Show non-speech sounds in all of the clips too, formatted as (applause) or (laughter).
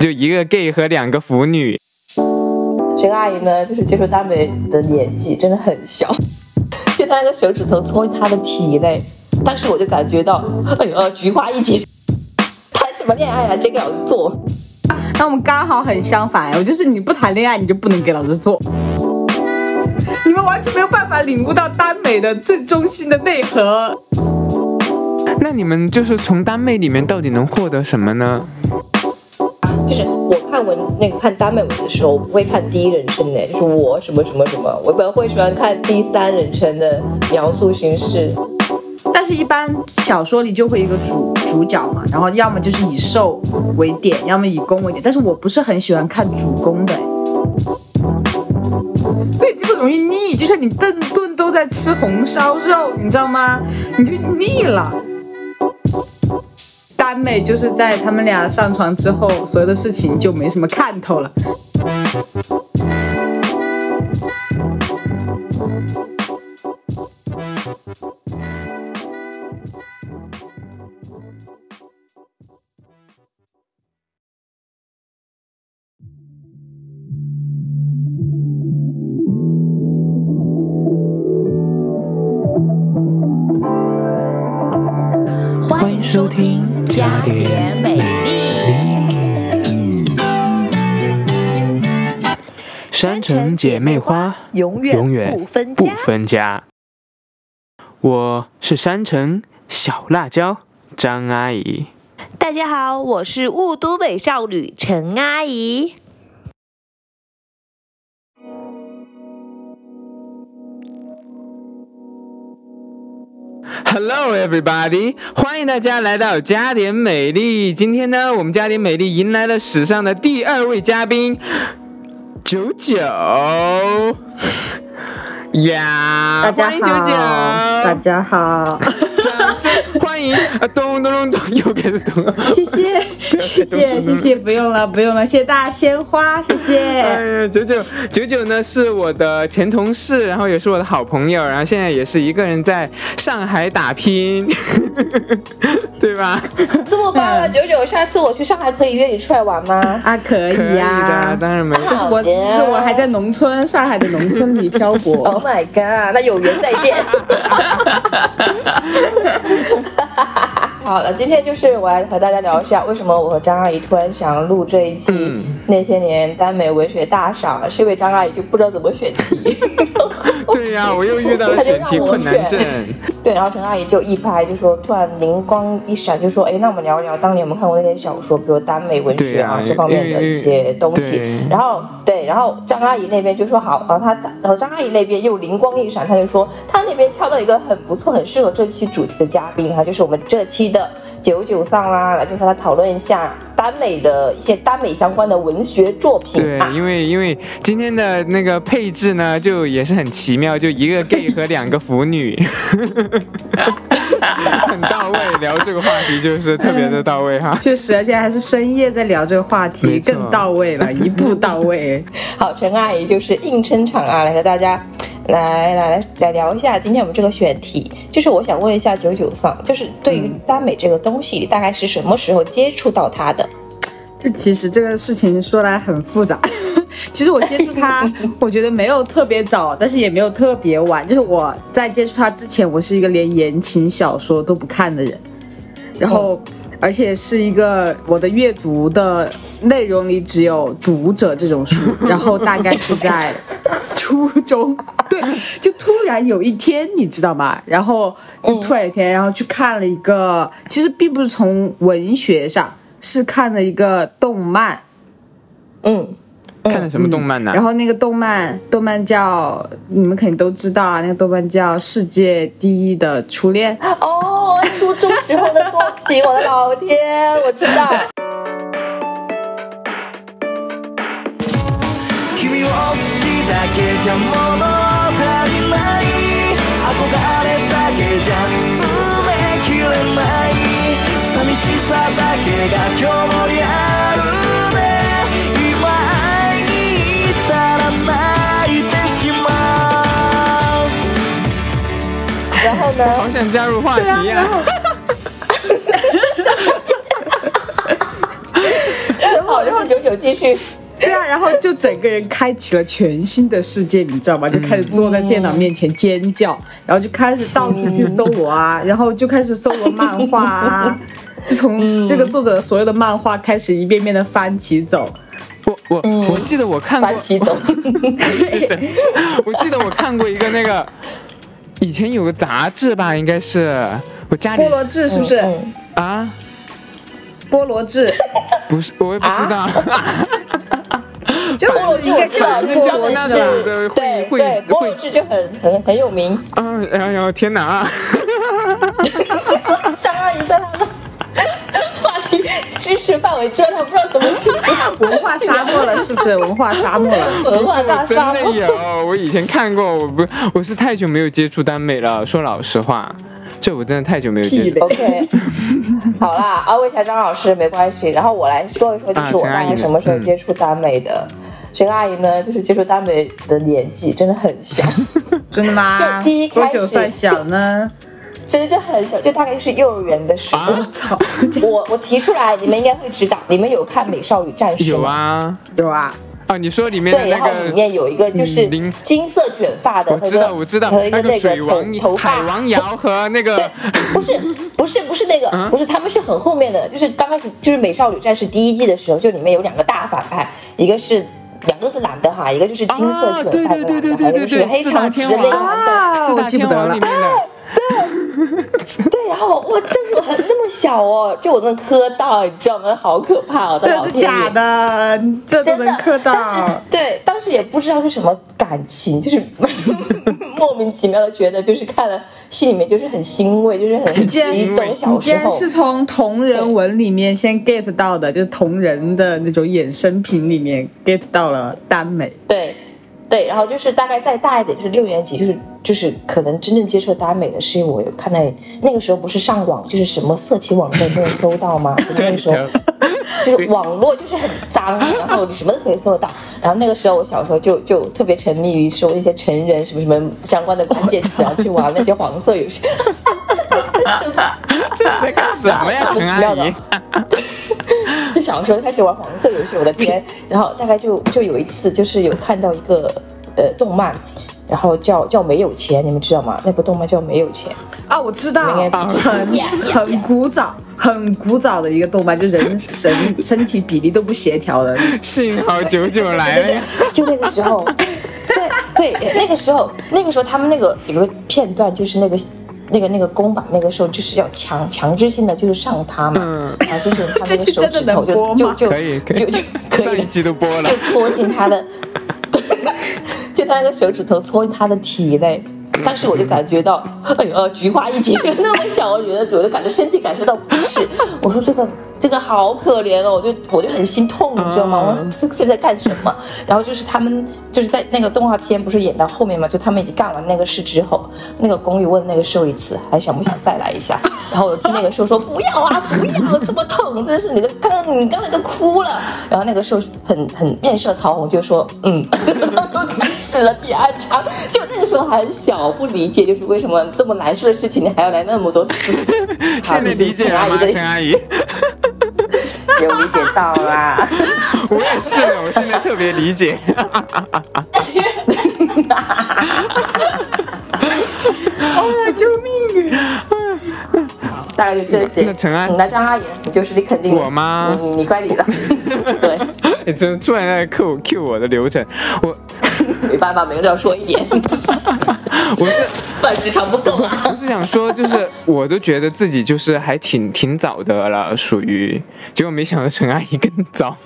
就一个 gay 和两个腐女。这个阿姨呢，就是接触耽美的年纪真的很小，就她的手指头从她的体内，当时我就感觉到，哎呦，菊花一紧，谈什么恋爱啊，真给老子做！那我们刚好很相反，哎我就是你不谈恋爱，你就不能给老子做。你们完全没有办法领悟到耽美的最中心的内核。那你们就是从耽美里面到底能获得什么呢？就是我看文那个看耽美文的时候，我不会看第一人称的，就是我什么什么什么，我本会喜欢看第三人称的描述形式。但是，一般小说里就会一个主主角嘛，然后要么就是以受为点，要么以攻为点。但是我不是很喜欢看主攻的，对，这个容易腻。就像你顿顿都在吃红烧肉，你知道吗？你就腻了。耽美就是在他们俩上床之后，所有的事情就没什么看头了。欢迎收听《加点美丽》。山城姐妹花永远永远不分不家。分家。我是山城小辣椒张阿姨。大家好，我是雾都美少女陈阿姨。 Hello everybody，欢迎大家来到加点美丽。今天呢，我们加点美丽迎来了史上的第二位嘉宾九九。呀，大家欢迎九九，好，大家好，掌声欢迎！啊，咚咚咚咚，又开始咚了。谢谢，谢谢，谢谢，不用了，不用了，谢谢大家鲜花，谢谢。哎呀，九九九九呢是我的前同事，然后也是我的好朋友，然后现在也是一个人在上海打拼， (laughs) 对吧？这么棒啊，九九，下次我去上海可以约你出来玩吗？啊，可可以以的，呀、当然没 (laughs) 有。就是我，好的就是我还在农村，上海的农村里漂 (laughs) Oh 哦 (laughs) 泊。 my god，那有缘再见。好了，今天就是我来和大家聊一下，为什么我和张阿姨突然想录这一期《嗯那些年耽美文学大赏》，是因为张阿姨就不知道怎么选题，对呀、我又遇到了选题困难症。 (laughs) 对，然后陈阿姨就一拍就说，突然灵光一闪，就说，哎，那我们聊一聊当年我们看过那些小说，比如耽美文学啊对啊这方面的一些东西因为。对然后对，然后张阿姨那边就说好，然后她然后张阿姨那边又灵光一闪，她就说她那边敲到一个很不错、很适合这期主题的嘉宾，她就是我们这期的九九桑啦，来就和她讨论一下耽美的一些耽美相关的文学作品对啊，。因为因为今天的那个配置呢，就也是很奇妙，就一个 gay 和两个腐女， (laughs) 很到位。聊这个话题就是特别的到位哈。确实，而且还是深夜在聊这个话题，没错更到位 (laughs) 了，一步到位。好，陈阿姨就是硬撑场啊，来和大家来来来来聊一下今天我们这个选题。就是我想问一下九九桑，就是对于耽美这个东西，大概是什么时候接触到它 (laughs) 的？就其实这个事情说来很复杂。 (laughs) 其实我接触 (laughs) 它，我觉得没有特别早，但是也没有特别晚。就是我在接触它之前，我是一个连言情小说都不看的人，然后而且是一个我的阅读的内容里只有《读者》这 (laughs) 种书，然后大概是在 (laughs) 初中，对，就突然有一天，你知道吗？然后就突然有一天，然后去看了一个，其实并不是从文学上，是看了一个动漫。嗯，看的什么动漫呢、然后那个动漫，动漫叫你们肯定都知道啊，那个动漫叫《世界第一的初恋》。哦，初中时候的作品，我的老天，我知 (laughs) 道。君を好きだけじゃ物足りない憧れだけじゃ埋めきれない寂しさだけが今日にあるね今会いに行ったら泣いてしまう然后呢？好想加入话题呀、九九继续。对啊，然后就整个人开启了全新的世界，你知嗯道吗？就开始坐在电脑面前尖叫，然后就开始到处去搜罗啊，嗯然后就开始搜罗漫 (laughs) 画啊，就从嗯这个作者所有的漫画开始一遍遍的翻起走。 (laughs) 我我、我记得我看过反，起走， (laughs) 我记得我看过一个那个，以前有个杂志吧，应该是我家里菠萝志是不是？嗯啊，嗯菠萝 (laughs) 志，不是，我也不知道， (laughs) 就菠萝应该就是反正菠就是萝那志啊种。的会对会对，波会尔志就很很很有名，啊，然后天哪啊！ (laughs) 张阿姨在她的 (laughs) 话题知识范围之外，她不知道怎么去文化沙漠了，是不是？文化沙漠了。 (laughs) 文化大我真沙的漠。有，我以前看过，我不，我是太久没有接触耽美了。说老实话，这我真的太久没有接屁触嘞。 OK，好啦，安慰一下张老师没关系。然后我来说一说，就是我啊陈阿大姨概什么时候嗯接触耽美的。陈阿姨呢，就是接触耽美的年纪真的很 (laughs) 小，真的吗？就第一开多始久算小呢？真的很小，就大概就是幼儿园的时候。啊，操，我我提出来，你们应该会知道。你们有看《美少女战士》吗有？啊有啊，啊！你说里面的对，那然后里个，面有一个就是嗯零金色卷发的我和一知个道，我知道和一，那那个水头王头海发。王瑶和 (laughs) 那个不是不是不是那个，啊不是他们是很后面的，就是刚开始就是《美少女战士》第一季的时候，就里面有两个大反派，一个是。两个是男的哈，一个就是金色啊，卷对发对的对对男的，还对有对一个就是对，黑四大长直天的那个王，男的。四大天王里面 (laughs) 的，对，然后我当时我很那么小哦，就我能磕到，你知道吗？好可怕哦！在老真的天假爷的？这都真能的磕到？当时对，当时也不知道是什么感情，就是 (laughs) 莫名其妙的觉得，就是看了心里面就是很欣慰，就是很激欣慰动。小你竟时然候是从同人文里面先 get 到的，就是同人的那种衍生品里面 get 到了耽美。对对，然后就是大概再大一点，就是六年级，就是就是可能真正接触耽美的是因为我有看到那个时候不是上网就是什么色情网站都能搜到吗？就是那个时候。 (laughs) 就是网络就是很脏，然后你什么都可以搜得到。然后那个时候我小时候就就特别沉迷于搜那些成人什么什么相关的关键词，然后去玩那些黄色游戏。 (laughs) 这是在干什 (laughs) 么呀，莫陈名其妙阿的姨？就小时候开始玩黄色游戏，我的天！然后大概就就有一次，就是有看到一个呃动漫，然后叫叫没有钱，你们知道吗？那部动漫叫没有钱，啊，我知道，应该不很很古早、很古早的一个动漫，就人身 (laughs) 身体比例都不协调的。幸好九九 (laughs) 来了呀！就那个时候，对对，那个时候那个时候他们那个有个片段就是那个。那个那个公版那个时候就是要强强制性的就是上他嘛，然后就是他那个手指头就就就嗯可以可就以就，可上以一期都播了就，戳进他的， (laughs) 就他那个手指头戳进他的体内。当时我就感觉到，哎呀，菊花一紧，那么小，我觉得我就感觉身体感受到不适。我说这个这个好可怜哦，我就我就很心痛，你知道吗？我嗯说这这在干什么？然后就是他们就是在那个动画片不是演到后面嘛，就他们已经干完那个事之后，那个公寓问那个兽一次，还想不想再来一下？然后我听那个兽说不要啊，不要，这么痛，真的是你的刚刚你刚才都哭了。然后那个兽很很面色潮红，就说嗯， (laughs) 又开始了第二场。就那个时候还很小，不理解，就是为什么这么难受的事情你还要来那么多次。现在理解了好吗，就是陈陈阿阿姨？姨的有理解到啊啦。我也是的，我现在特别理解。大概就这些。那陈安嗯那张阿姨，你就是你肯定我吗你你怪你了， (laughs) 对，你怎哎么突然在 Q Q 我的流程？我没办法，每个都要说一点， (laughs) 我是饭时长不够啊。我是想说，就是我都觉得自己就是还挺挺早的了，属于，结果没想到陈阿姨更早。 (laughs)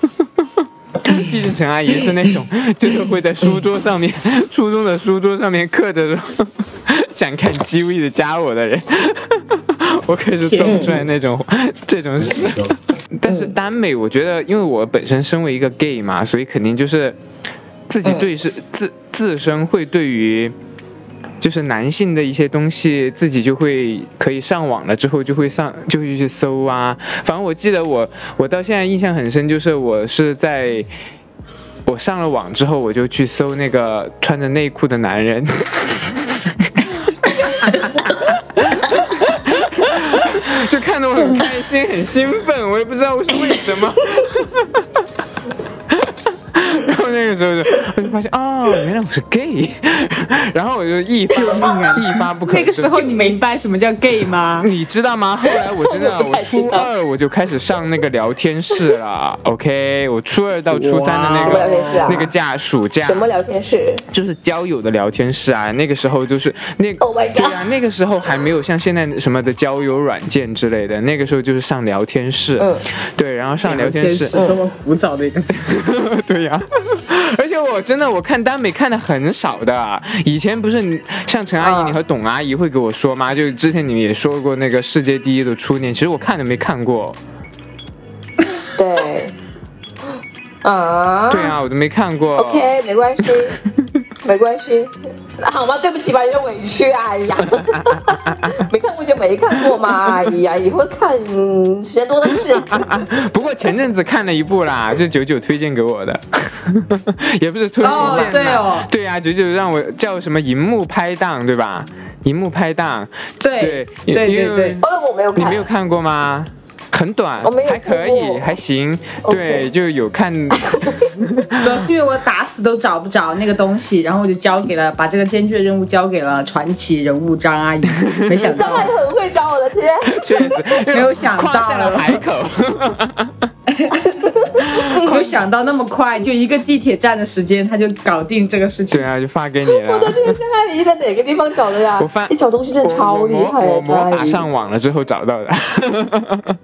毕竟陈阿姨是那种，就是会在书桌上面，初中的书桌上面刻着说 (laughs) 想看 G V 的加我的人， (laughs) 我可是做不出来那种这种事。但是耽美，我觉得，因为我本身身为一个 gay 嘛，所以肯定就是自己对是、自自身会对于就是男性的一些东西，自己就会可以上网了，之后就会上就会去搜啊。反正我记得我我到现在印象很深，就是我是在我上了网之后，我就去搜那个穿着内裤的男人。 (laughs) (laughs) 就看得我很开心，很兴奋，我也不知道我是为什么。那个时候就我就发现哦，原来我是 gay，然后我就一发一发不可那个时候收拾你明白什么叫 gay 吗？你知道吗？后来我真的， (laughs) 我初二我就开始上那个聊天室了。OK，我初二到初三的那哇什么聊天室个啊那个假暑假什，么聊天室？就是交友的聊天室啊。那个时候就是那 Oh my god 对啊，那个时候还没有像现在什么的交友软件之类的，那个时候就是上聊天室。嗯对，然后上聊天室，多么古早的一个词， (laughs) 对呀、而且我真的我看耽美看的很少的，以前不是你像陈阿姨啊嗯你和董阿姨会给我说吗？就之前你们也说过那个世界第一的初恋，其实我看都没看过，啊对，啊，对啊，我都没看过。 OK，没关 (laughs) 系，没关系，好吗？对不起吧，有点委屈，哎 (laughs) 呀，没看过就没看过嘛，哎呀，以后看、嗯、时间多的是。啊不过前阵子看了一部啦，是九九推荐给我的， (laughs) 也不是推哦荐啦对哦对啊，九九让我叫什么荧幕拍档对吧？荧幕拍档，对因对因对为对，哦，我没有你看，没有看过吗？很短我没，有还可看以，过还行。 OK 对，就有看， (laughs) (laughs) 主要是因为我打死都找不着那个东西，然后我就交给了把这个艰巨的任务交给了传奇人物张阿姨，没想张到翰很会找我的天，确实 (laughs) 没有 (laughs) 想夸下到了海口。 (laughs) 没有想到那么快，就一个地铁站的时间他就搞定这个事情对。啊，就发给你 (laughs) 了。张翰你在哪个地方找的呀？我发你找东西真的超厉害我我魔我的，张魔法翰。上网了之后找到的。 (laughs)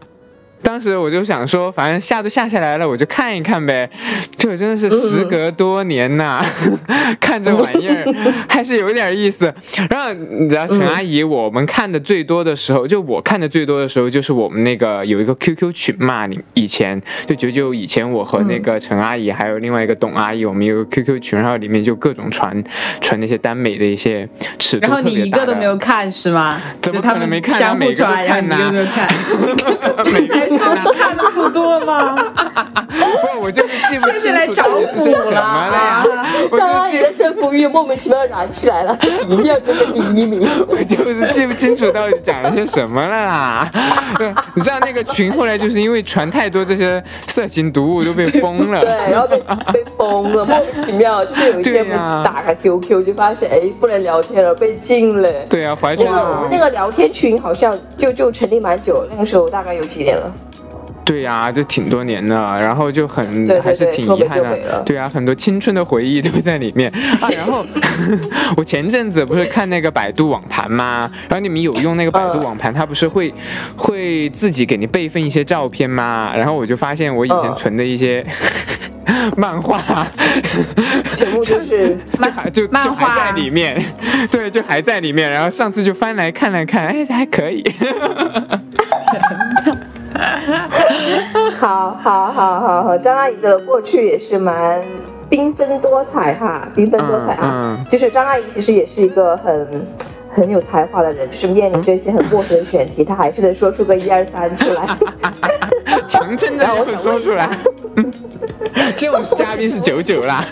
当时我就想说，反正下都下下来了，我就看一看呗。这真的是时隔多年呐、 (laughs) 看这玩意儿还是有点意思。然后你知道陈阿姨，我们看的最多的时候，就我看的最多的时候，就是我们那个有一个 QQ 群嘛，你以前就九九以前，我和那个陈阿姨还有另外一个董阿姨，我们有个 QQ 群，然后里面就各种传传那些耽美的一些尺度然后特别大的。你一个都没有看是吗？怎么就他可能们没看啊相每互个都传，然后看你呐一个都没有 (laughs) 看，每个人他们看的不多吗？不，我就是记不清楚是来找到底是什么补啦了呀。我张阿就姨记的胜负欲莫名其妙地燃起来了，一定要争个第一名。我就是记不清楚到底讲了些什么了啦。对你知道那个群后来就是因为传太多这些色情读物都被封对，了。然后被被封了，莫名其妙，就是有一天对啊呀我打开 QQ 就发现，哎，不能聊天了，被禁了。对啊，怀那春个我们那啊，个聊天群好像就就成立蛮久，那个时候大概有几年 (laughs) 了？对啊，就挺多年的，然后就很对对还是对挺说遗没憾就没的了。对啊，很多青春的回忆都在里面 (laughs) 啊。然后我前阵子不是看那个百度网盘吗？然后你们有用那个百度嗯网盘，它不是会会自己给你备份一些照片吗？然后我就发现我以前嗯存的一些 (laughs) 漫画，全 (laughs) 部就是就还就漫就啊画还在里面， (laughs) 对，就还在里面。然后上次就翻来看了看，哎，还可以。好好好好好，张阿姨的过去也是蛮缤纷多彩哈，缤纷多彩啊。嗯就是张阿姨其实也是一个很很有才华的人，就是面临这些很陌生的选题，她还是能说出个一二三出来。强撑着要说出来。 (laughs) 这种嘉宾是九九啦，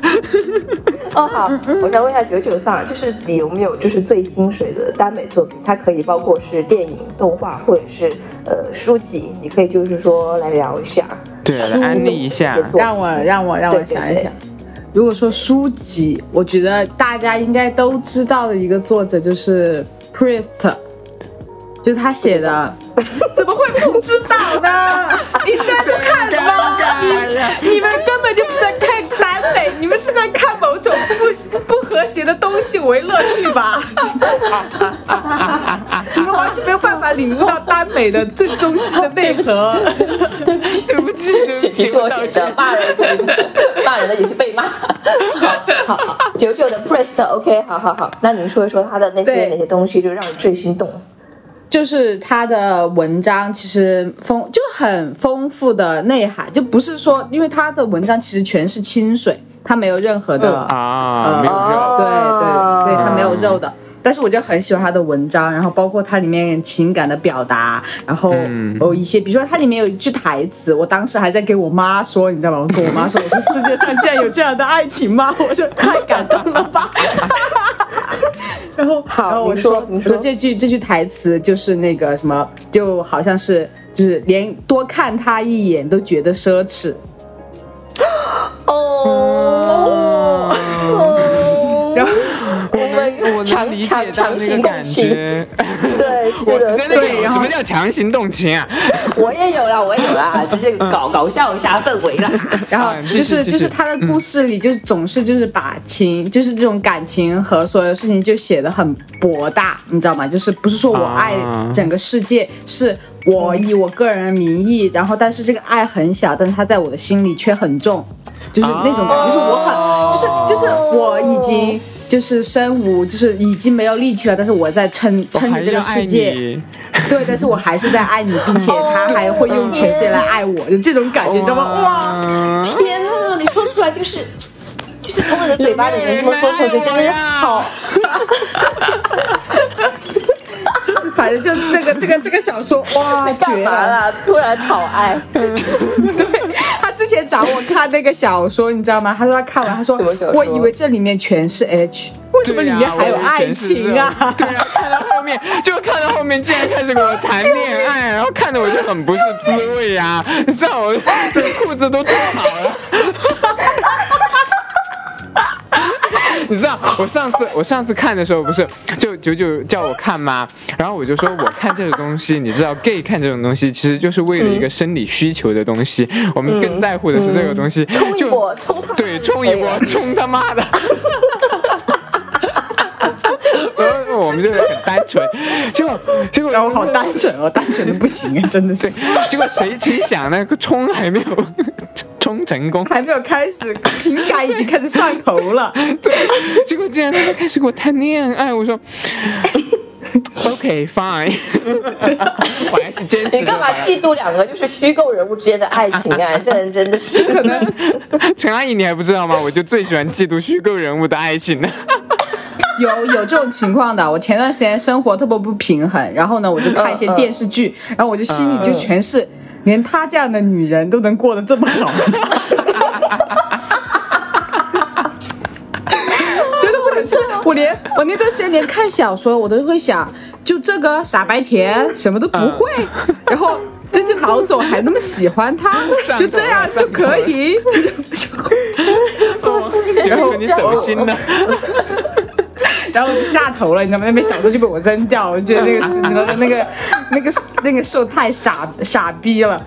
哦，好，我想问一下九九上，就是你有没有就是最心水的耽美作品？它可以包括是电影、动画，或者是呃书籍，你可以就是说来聊一下。对来安利一下书的作品 (laughs) 让我让我让我对对想一对想。如果说书籍，我觉得大家应该都知道的一个作者就是 Priest，就是他写的。怎么会不知道呢？你真的看了吗？你你们根本就不在看南美，你们是在看某种不不和谐的东西为乐趣吧？你们完全没有办法领悟到耽美的最中心的内核。对不起，对不起，我道歉。骂人可以，骂人的也 (laughs) 是被骂。好，好，好九九的 Priest，OK，、好好好，那您说一说他的那些对哪些东西，就让你最心动？就是他的文章其实丰就很丰富的内涵，就不是说，因为他的文章其实全是清水，他没有任何的，啊，嗯没有肉，对对对，他没有嗯肉的。但是我就很喜欢他的文章，然后包括它里面情感的表达，然后有一些，比如说它里面有一句台词，我当时还在给我妈说，你知道吗？我跟我妈说，我说世界上竟然有这样的爱情吗？ (laughs) 我说太感动了吧。 (laughs) 然后，好然后我您就说说，您我说说这句这句台词就是那个什么，就好像是就是连多看他一眼都觉得奢侈。哦，哦理解到强那个行感共情觉。对，是我是的真的有，什么叫强行动情啊？我也有啦，我也有啦，直接搞搞笑一下氛围啦。 (laughs) 然后啊继续就是继续就是他的故事里，就是总是就是把情，就是这种感情和所有事情就写的很博大，你知道吗？就是不是说我爱啊整个世界，是我以我个人名义，然后但是这个爱很小，但是它在我的心里却很重，就是那种感觉，就是啊我很，就是就是我已经。就是身无，就是已经没有力气了，但是我在撑我撑还着这要个爱世界，你。对，但是我还是在爱你，并且他还会用全心来爱我，就这种感觉，你知道吗？哦哇，哇！天呐，你说出来就是，就是从你的嘴巴里面这么说出来，就真的是好。反正就这个这个这个小 (laughs) 说，哇，干绝嘛了！啦？ (laughs) 突然讨爱， (laughs) 他之前找我看那个小说，你知道吗？他说他看完，他说什么小说我以为这里面全是 H，为什么里面还有爱情啊？对啊，看到后 (laughs) 面就看到后面，竟然开始跟我谈恋爱，然后看得我就很不是滋味 (laughs) 呀、你知道我这裤子都脱好了。你知道我上次我上次看的时候不是就九九叫我看吗？然后我就说我看这个东西，你知道 gay 看这种东西其实就是为了一嗯个生理需求的东西，我们更在乎的是这个东西，嗯冲 (laughs) 一就波，冲他，对，冲一哎波，冲他妈的！ (laughs) 然后我们就很单纯，结果结果然后我好单纯哦，单纯的不行啊，真的是 (laughs) 结果谁谁想那个冲还没有 (laughs) 冲成功， (laughs) 还没有开始，情感已经开始上头了。结果竟然他们开始给我谈恋爱，我说 OK fine，我还是坚持着吧。你干嘛嫉妒两个就是虚构人物之间的爱情 (laughs) 啊？这人真的是，可能陈阿姨你还不知道吗？我就最喜欢嫉妒虚构人物的爱情 (laughs) 了。有有这种情况的。我前段时间生活特别不平衡，然后呢，我就看嗯一些电视剧，然后我就心里就全是，连她这样的女人都能过得这么好。 (laughs) 真的会，就是我连我那段时间连看小说，我都会想，就这个傻白甜什么都嗯不会，然后这些老总还那么喜欢她， (laughs) 上头就了这样就可以。结果你走心了，然后我就下头了，你知道吗？那篇小说就被我扔掉，我就觉 (laughs) 得那个是那个那个那个那个兽太傻傻逼了，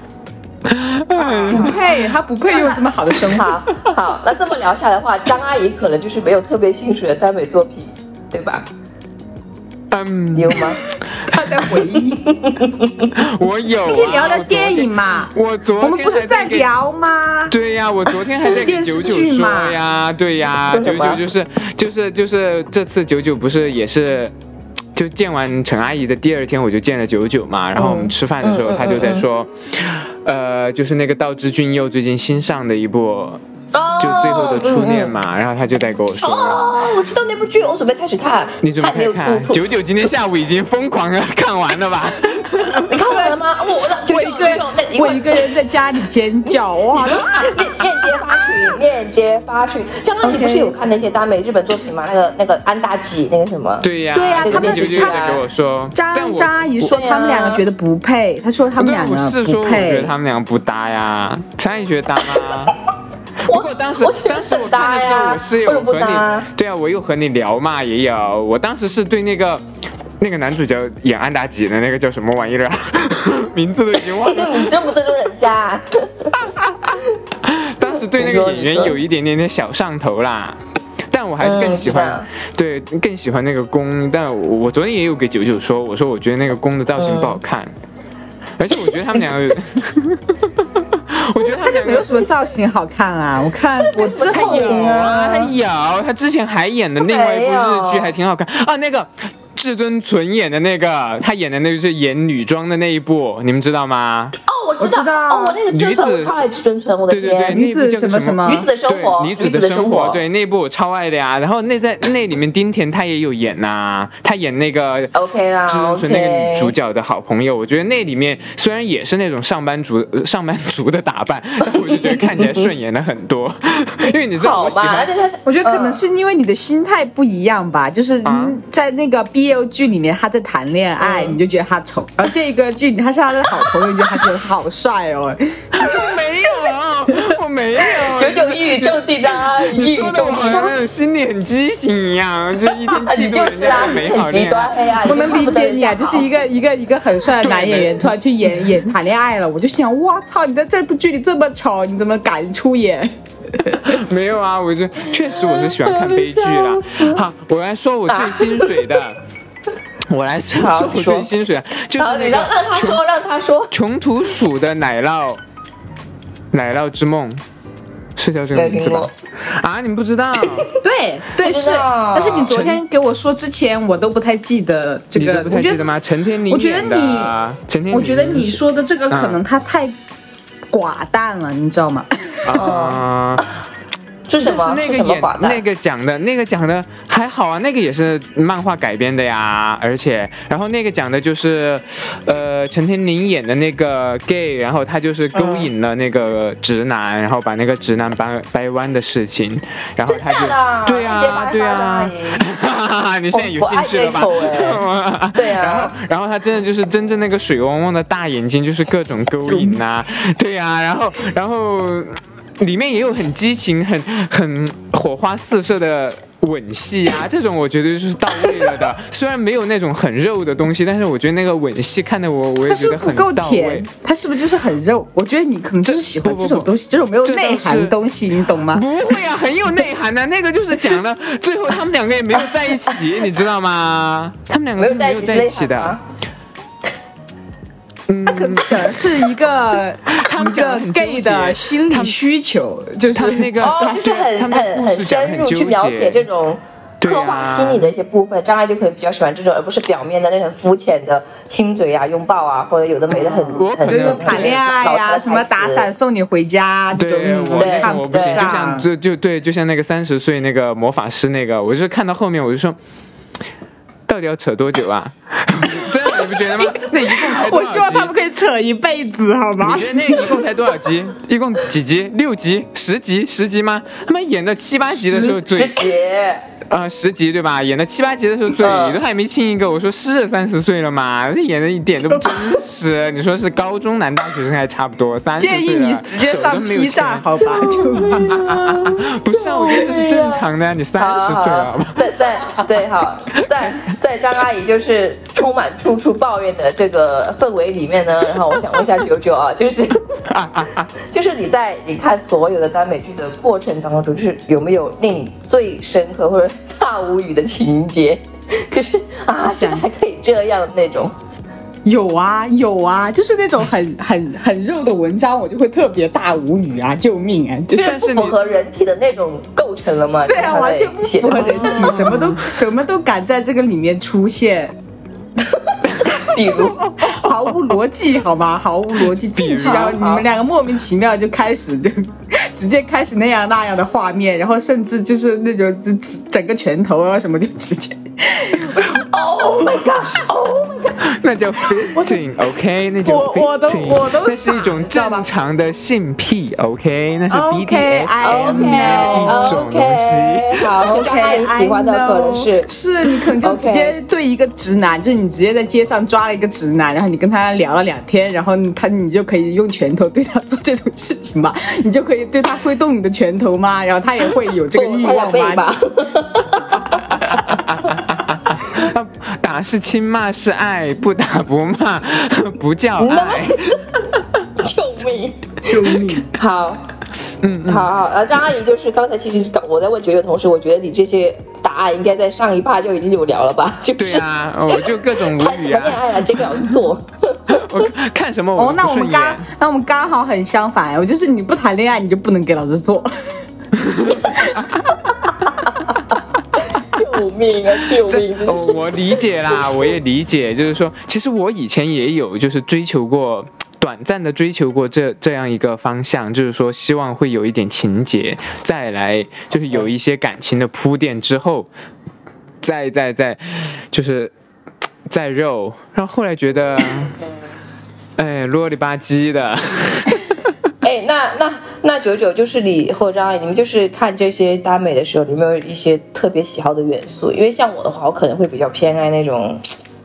哎不配，他不配有这么好的生 (laughs) 活。好 (laughs) 好，那这么聊下来的话，张阿姨可能就是没有特别兴趣的耽美作品，对吧？嗯，你有 (laughs) 吗？他在回忆，我有、啊。可以聊聊我昨电影嘛？我昨天我们不是还在在给聊吗？对呀、我昨天还在跟电视九九剧说嘛呀，对呀、说九九什么就是就是就是这次九九不是也是。就见完陈阿姨的第二天，我就见了九九嘛，然后我们吃饭的时候，她就在说，呃，就是那个道枝俊佑最近新上的一部，就《最后的初恋》嘛，然后她就在跟我说，嗯哦，我知道那部剧，我准备开始看。你准备还开没有始看？出？九九今天下午已经疯狂的看完了吧？你看完了吗？哦我我我一个人那一，我会一个人在家里尖叫，哇！链链接发群，链接发群。张阿姨 OK 不是有看那些耽美日本作品吗？那个那个安大吉那个什么？对呀、对呀九他们九就在跟我说，但张我张阿姨说对啊他们两个觉得不配，她说他不们对，两我个是说，不我觉得配。他们两个不搭呀。陈阿姨觉得搭吗？不过当时我觉得当时我很搭看的时候，呀我是为有什么不和你搭对啊，我有和你聊嘛，也有。我当时是对那个那个男主角演安达吉的那个叫什么玩意儿啊， (laughs) 名字都已经忘了。你真不尊重人家啊，当时对那个演员有一点点点小上头啦。但我还是更喜欢，嗯对，更喜欢那个宫。但我我昨天也有给九九说，我说我觉得那个宫的造型不好看，而且我觉得他们两个 (laughs) 有，我觉得他们两个没有什么造型好看啊，我看我之后 (laughs) 有啊，他有，他之前还演的另外一部日剧还挺好看啊，那个。至尊纯演的那个，他演的那就是演女装的那一部，你们知道吗？哦，我知我知道哦，我那个真女纯，子我超爱吃真纯，我的对对对，天！那女一部子叫什么么什么女子的生活对，女女子子的的生生活，活对那一部我超爱的呀。然后那在那里面，丁田他也有演呐、他演那个 OK 啦至尊纯那个女哦 OK 主角的好朋友。我觉得那里面虽然也是那种上班族呃上班族的打扮，但我就觉得看起来顺眼了很多， (laughs) 因为你知道好我喜吧，欢 (laughs) 而且他我觉得可嗯能是因为你的心态不一样吧，就是啊嗯在那个 BL 剧里面他在谈恋爱，嗯你就觉得他丑，然后这个剧里他是他的好朋友，你就觉得他觉得好帅哦。我没有，我没 (laughs) 有。九九一宇宙地的啊，你一宇宙说地的我好像很心里很畸形一样，就一天你嫉妒就人是家 (laughs) 啊，的你美好很极恋端爱。黑啊！ (laughs) 我能理解你啊，就就是是恨一个一个一个很帅的男演员对突然去演演谈恋爱了，我就想，哇操，你在这部剧里这么丑，你怎么敢出演？没有啊，我就确实我是喜欢看悲剧 (laughs) 啦。好，我来说我最薪水的，我来说好我说最薪水的，就不得了好，是你那让让个他穷说，让他说。穷途鼠的奶酪，奶酪之梦，是叫这个没有名字听吧过？，啊，你们不知 (laughs) 道？对对不知是，道但是你昨天给我说之前，我都不太记得这你个都，不太我觉记得得吗？陈天林我觉得演的啊，陈天林，我觉得你说的这个可嗯能它太寡淡了，你知道吗？啊，是什就么？是那个什么演寡那淡？个讲的那个讲的还好啊，那个也是漫画改编的呀，而且然后那个讲的就是，呃，陈天林演的那个 gay，然后他就是勾嗯引了那个直男，然后把那个直男掰掰弯的事情，然后他真的啊就对一节八啊大对而啊 (laughs) 已，你现在有兴趣了吧我我爱这一口？ (laughs) 对啊然后然后他真的就是真正那个水汪汪的大眼睛，就是各种勾引呐、对呀、然后然后嗯里面也有很激情、很很火花四射的吻戏啊，这种我觉得就是到位了 (laughs) 的。虽然没有那种很肉的东西，但是我觉得那个吻戏看得我我也它是觉不得是不很够到位甜。？它是不是就是很肉？我觉得你可能就是喜欢不不这种不东西，这种没有这内都涵是的东西，你懂吗？不会啊，很有内涵的、那个就是讲的，最后他们两个也没有在一起，你知道吗？他们两个没是有在没一有起在是一内起涵的吗。？它可能这个是一个 (laughs) 他们一讲得个很纠 gay 的结心理需求，就是他们那个哦，就是他们很的很故很事讲得深入纠去描写结这种对刻啊画心理的一些部分。张爱就可能比较喜欢这种，而不是表面的那种肤浅的亲嘴啊、拥抱啊，或者有的没的很我可很能就是谈恋爱老套的呀、台词什么打伞送你回家这对，种，我那对种嗯看我不不行，就像上。就就对，就像那个三十岁那个魔法师那个，我就是看到后面我就说，到底要扯多久啊？ (laughs) 真的你不觉 (laughs) 得吗？那一共才多 (laughs) 我希少望集他？们可以扯一辈子，好吗你？觉得那一共才多少集？一共几集？六集？十集？十集吗？他们演到七八集的时候师嘴姐，啊、十集对吧？演到七八集的时候嘴嗯都还没亲一个，我说是啊三十岁了嘛？这演的一点都不真实。 (laughs) 你说是高中男大学生还差不多，三十岁 (laughs) 建议你了直接啊手都上没有 P 站，牵好吧？ (laughs) 就 (laughs) 不是啊，我觉得这是正常的呀，啊你三好十啊好岁了好嘛。，在在啊对好，在在张阿姨就是充满处处抱怨的这个氛围里面呢，然后我想问一下九九啊， (laughs) 就是。就是你在你看所有的耽美剧的过程当中，就是有没有令你最深刻或者大无语的情节？就是啊，现在还可以这样的那种。有啊有啊，就是那种很很很肉的文章，我就会特别大无语啊！救命啊！就是就是不符合人体的那种构成了吗？对啊，完全不符合人体。体， (laughs) 什么都什么都敢在这个里面出现，比如，毫无逻辑，好吗？毫无逻辑进去，比如然后你们两个莫名其妙就开始就 (laughs) 直接开始那样那样的画面，然后甚至就是那种就整个拳头啊什么就直接。那叫 fisting，OK，那叫我我都 fisting，我都那是一种正常的性癖，OK，那是 OK，I BDSM 的 know，一种东 (laughs) 西。哦好，是张阿姨喜欢的可能 I 是 know，是哦你可能就 OK 直接对一个直男，就是你直接在街上抓了一个直男，然后你跟他聊了两天，然后你他你就可以用拳头对他做这种事情嘛？ (laughs) 你就可以对他挥动你的拳头吗？然后他也会有 (laughs) 这个不，欲他想望背吗？吧？啊打是亲，骂是爱，不打不骂，不叫爱。 (laughs) 救命！救命！好，嗯，好好。呃，张阿姨就是刚才其实搞我在问九九同事，我觉得你这些答案应该在上一趴就已经有聊了吧？ (laughs) 就对是啊，我就各种谈无什语么啊恋，爱啊，这个要做。 (laughs) 我看什么我 (laughs) 哦，都那不我顺们眼刚。那我们刚好很相反，我就是你不谈恋爱你就不能给老子做，救命啊！救这命！真哦是。我理解啦， (laughs) 我也理解，就是说，其实我以前也有就是追求过。短暂的追求过这这样一个方向，就是说希望会有一点情节，再来就是有一些感情的铺垫之后，再再再就是再肉，然后后来觉得，哎，啰里吧唧的，哎，那那那九九就是你或者张阿姨，你们就是看这些耽美的时候，有没有一些特别喜好的元素？因为像我的话，我可能会比较偏爱那种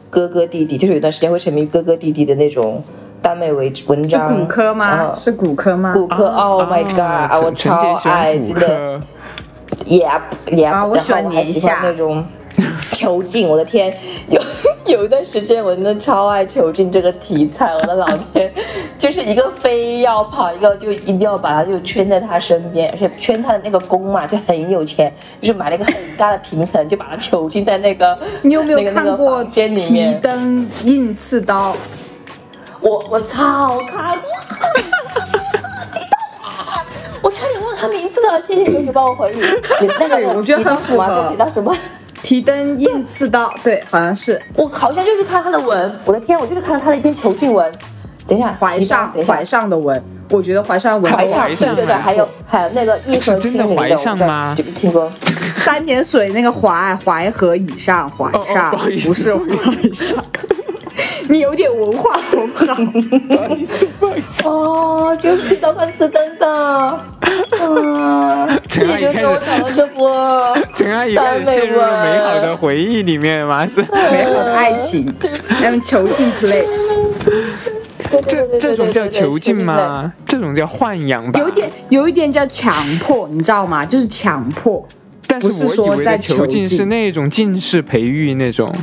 哥哥弟弟，就是有段时间会沉迷哥哥弟弟的那种耽美文文是章，骨科吗？嗯是骨科吗？骨科，Oh my 啊 god，啊我陈陈超姐喜爱，欢骨 (laughs) 真的科， ，Yep Yep，啊我喜欢然后还粘喜欢下那种 (laughs) 囚禁，我的天，有有一段时间我真的超爱囚禁这个题材，我的老天， (laughs) 就是一个非要跑，一个就一定要把他就圈在他身边，而且圈他的那个公嘛就很有钱，就是买了一个很大的平层，就把他囚禁在那个你有没那有个那看个过房间里提面？灯硬刺刀？我我操，看过。我差点忘了他名字了，谢谢谢谢帮我回忆。你那个对我觉得很符合你当时提到什么？提灯硬刺刀，对，好像是我好像就是看他的文，我的天，我就是看了他的一篇囚禁文。等一下，怀上等一下怀，上的纹，我觉得怀上的怀纹上，怀上对对对，啊还有还有那个一是和真心的灵怀的，上吗这听说 (laughs) 三点水那个淮淮河以上，淮哦哦上不好意思不是淮上， (laughs) 你有点文化好不 (laughs) 好？哦，就是提到看斯登的，嗯，陈阿也姨就开给我始，讲了这波，陈阿姨开始陷入了美好的回忆里面嘛， (laughs) 是。美好的爱情，呃还有囚禁 play，对对对这对这种对叫对对囚禁对对吗？这种叫豢养吧。有一点，有一点叫强迫，你知道吗？就是强迫但不是我以说为在的囚囚禁是禁那种进士培育那种。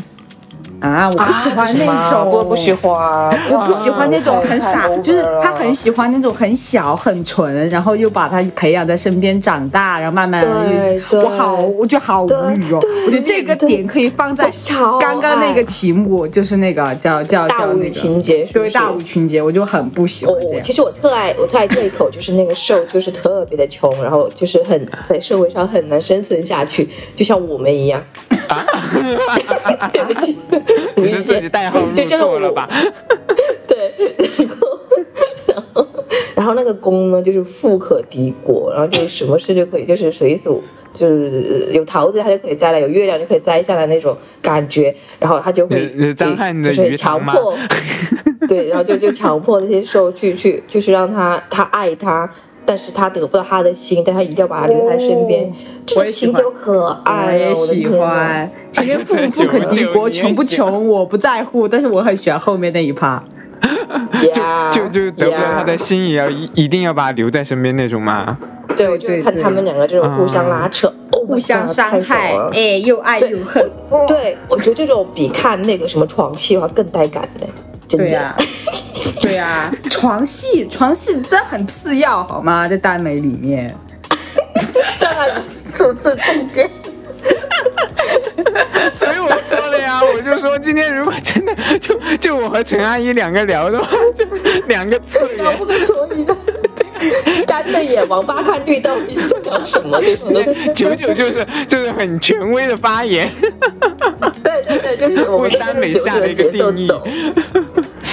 啊！我不喜欢那啊种，我不喜欢，嗯我不喜欢那种很傻，太就是 over 了嗯他很喜欢那种很小很纯，然后又把他培养在身边长大，然后慢慢对地对我好，我觉得好无语哦。我觉得这个点可以放在超刚刚那个爱题目，就是那个叫叫啊大叫无那语情个。节，是不对是大无语情节，我就很不喜我欢这我样其。实我特爱我特爱这一口，就是那个受就是特别的穷，然后就是很在社会上很难生存下去，就像我们一样。 (laughs) (laughs) 对不起，你是自己代号入就就是座我了吧？对，然后然后然后那个公呢，就是富可敌国，然后就什么事就可以，就是随手就是有桃子它就可以摘了，有月亮就可以摘下来那种感觉，然后他就会呃呃张翰的就鱼是塘强吗迫，对，然后就就强迫那些兽去去，就是让他他爱他。但是他得不到他的心，但他一定要把他留在身边，这我个也喜情欢节可爱哦我了，也哎我的喜天啊哪欢，前面富这富可敌就国，你也喜欢穷不穷我不在乎，但是我很喜欢后面那一趴。(laughs) 呀就就得不到啊呀他的心，也要一一定要把他留在身边那种 (laughs) 嘛。对，我就对看对他们两个这种互相拉嗯扯，Oh my 互相 God，伤太爽害了，哎，又爱对又恨。我啊对，我觉得这种比看那个什么床戏的话更带感的，真的。对 (laughs) 呀、 (laughs) 对呀、床戏床戏真的很次要好吗？在耽美里面，张翰首次中间，所以我说了呀，我就说今天如果真的就就我和陈阿姨两个聊的话，就两个次 (laughs) 然后元。不可所以的，干的眼，王八看绿豆，你在聊什么？这种都九九就是就是很权威的发言，对对对，就是我们为都耽跟着美九下九了的一个节奏定义走。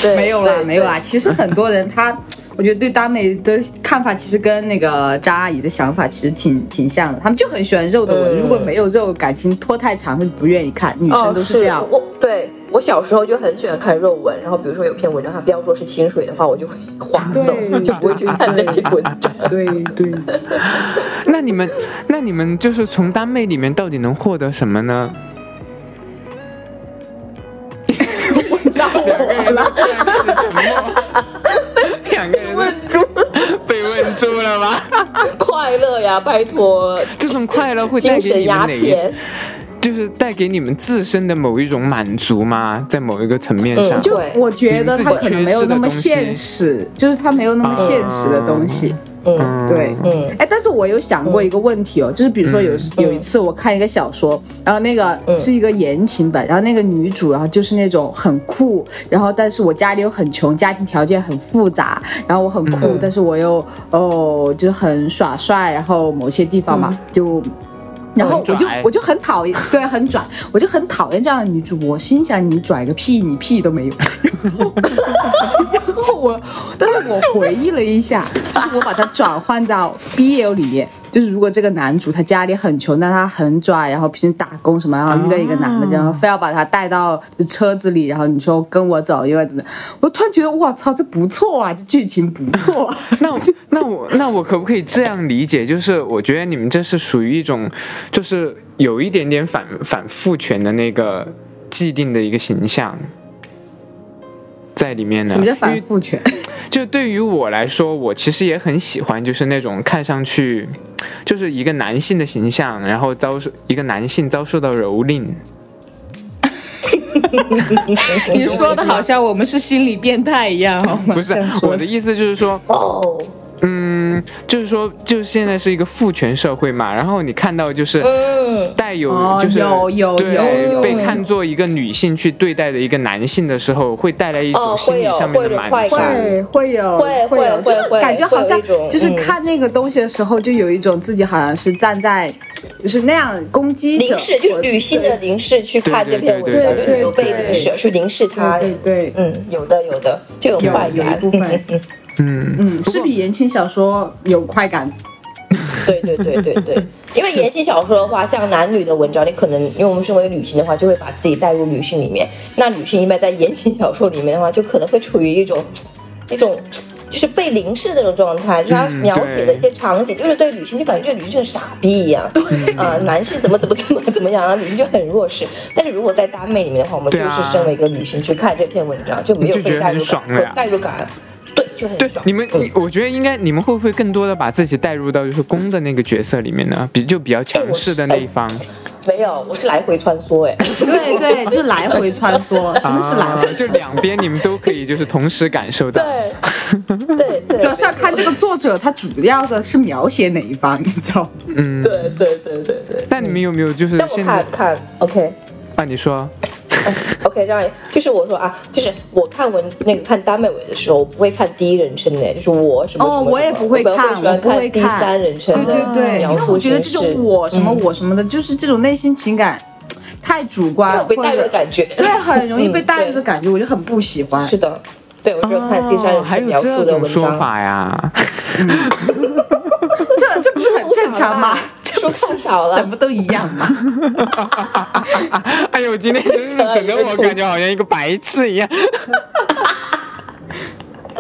对，没有啦，对没有啦。。其实很多人他， (laughs) 我觉得对耽美的看法其实跟那个张阿姨的想法其实挺挺像的，他们就很喜欢肉的文，嗯如果没有肉，感情拖太长会不愿意看，女对生都是这样哦。我对我小时候就很喜欢看肉文，然后比如说有篇文章它标注是清水的话，我就会 (laughs) 划走，对就不会去看那些文章。对对，那你们那你们就是从耽美里面到底能获得什么呢？两个人都突然开始沉默， (laughs) 两个人都被问住了吗？快乐呀，拜托，这种快乐会带精给神你们鸦哪一片。就是带给你们自身的某一种满足吗？在某一个层面上，嗯就对我觉得他可能没有那么现实，就是他没有那么现实的东西。嗯对，嗯哎，但是我有想过一个问题哦，就是比如说有、有一次我看一个小说，然后那个是一个言情本，然后那个女主然后就是那种很酷，然后但是我家里又很穷，家庭条件很复杂，然后我很酷，但是我又哦就是很耍帅，然后某些地方嘛、就。然后我很就拽我就很讨厌，对，很拽，我就很讨厌这样的女主播。心想你拽个屁，你屁都没有。 (laughs) 然后我，但是我回忆了一下，就是我把它转换到 BL 里面，就是如果这个男主他家里很穷，但他很拽，然后平时打工什么，然后遇到一个男的，然啊后非要把他带到车子里，然后你说跟我走，因为怎么样，我突然觉得我操，这不错啊，这剧情不错、啊。那 (laughs) 我那我那我可不可以这样理解？就是我觉得你们这是属于一种，就是有一点点反反父权的那个既定的一个形象，在里面的。什么叫因反为复权？就对于我来说，我其实也很喜欢，就是那种看上去就是一个男性的形象，然后遭受一个男性遭受到蹂躏。你说的好像我们是心理变态一样哦。不是我的意思，就是说，哦，嗯，就是说，就是现在是一个父权社会嘛，然后你看到就是嗯，带有哦就是、有有对有有被看作一个女性去对待的一个男性的时候，会带来一种哦心会理有上面的满会有足。快会会有会会有，会就是会感觉好像会有一种就是嗯看那个东西的时候，就有一种自己好像是站在就是那样攻击者凝视就是或者女性的凝视去看这篇文对章，对对就你有对被对凝视去凝视他对人，对对，嗯，有的有的就有有快有一感，部分，嗯，嗯，是比言情小说有 (laughs) 快感。对对对对 (laughs) 对，因为言情小说的话，像男女的文章，你可能因为我们身为女性的话，就会把自己带入女性里面。那女性一般在言情小说里面的话，就可能会处于一种一种就是被凝视的那种状态，就是他嗯描写的一些场景，就是对女性就感觉这个女性就是傻逼一样， (laughs) (laughs) 啊、男性怎么怎么怎么怎么样，然后女性就很弱势。但是如果在耽美里面的话，我们对就啊是身为一个女性去看这篇文章，就没有你就觉被得代很入爽感，了呀有代入感，对，就很对爽。你们，嗯你我觉得应该你们会不会更多的把自己带入到就是公的那个角色里面呢？比就比较强势的那一方，没有，我是来回穿梭哎、对对，就来回穿梭， (laughs) 真哎的是来啊回。就两边你们都可以就是同时感受到。对，对对，主要是要看这个作者他主要的是描写哪一方，你知 (laughs) 道吗？嗯，对对对对对。那你们有没有就是但我现在看看，OK 啊？你说 OK，这样就是我说啊，就是我看文那个看耽美文的时候，我不会看第一人称的，就是我什么什么什么哦我也不会看我喜欢我不会第看三人称的对对对，因描为我述嗯觉得形这式，种我什么我什么的，就是这种内心情感太主观，有被啊带入的感觉。对，(laughs) 很容易被嗯带入的感觉，我就很不喜欢。是的，对我就是看第三哦，人还称有描述这的种文说章，法呀？这这不是很正常吗？ (laughs) 说太少什了。么都一样 (laughs) 嘛。 (laughs) 哎呦，今天真是整的我感觉好像一个白痴一样。 (laughs)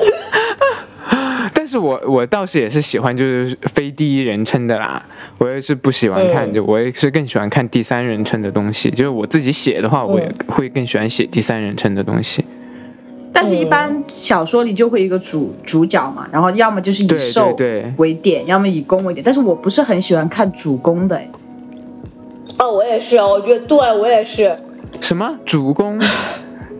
但是我我倒是也是喜欢就是非第一人称的啦，我也是不喜欢看，嗯就我也是更喜欢看第三人称的东西。就是我自己写的话，我嗯也会更喜欢写第三人称的东西。但是，一般小说里就会一个主主角嘛，然后要么就是以对受对对为点，要么以攻为点。但是我不是很喜欢看主攻的，哎哦，我也是哦，我觉得对我也是，什么主 (laughs) 攻？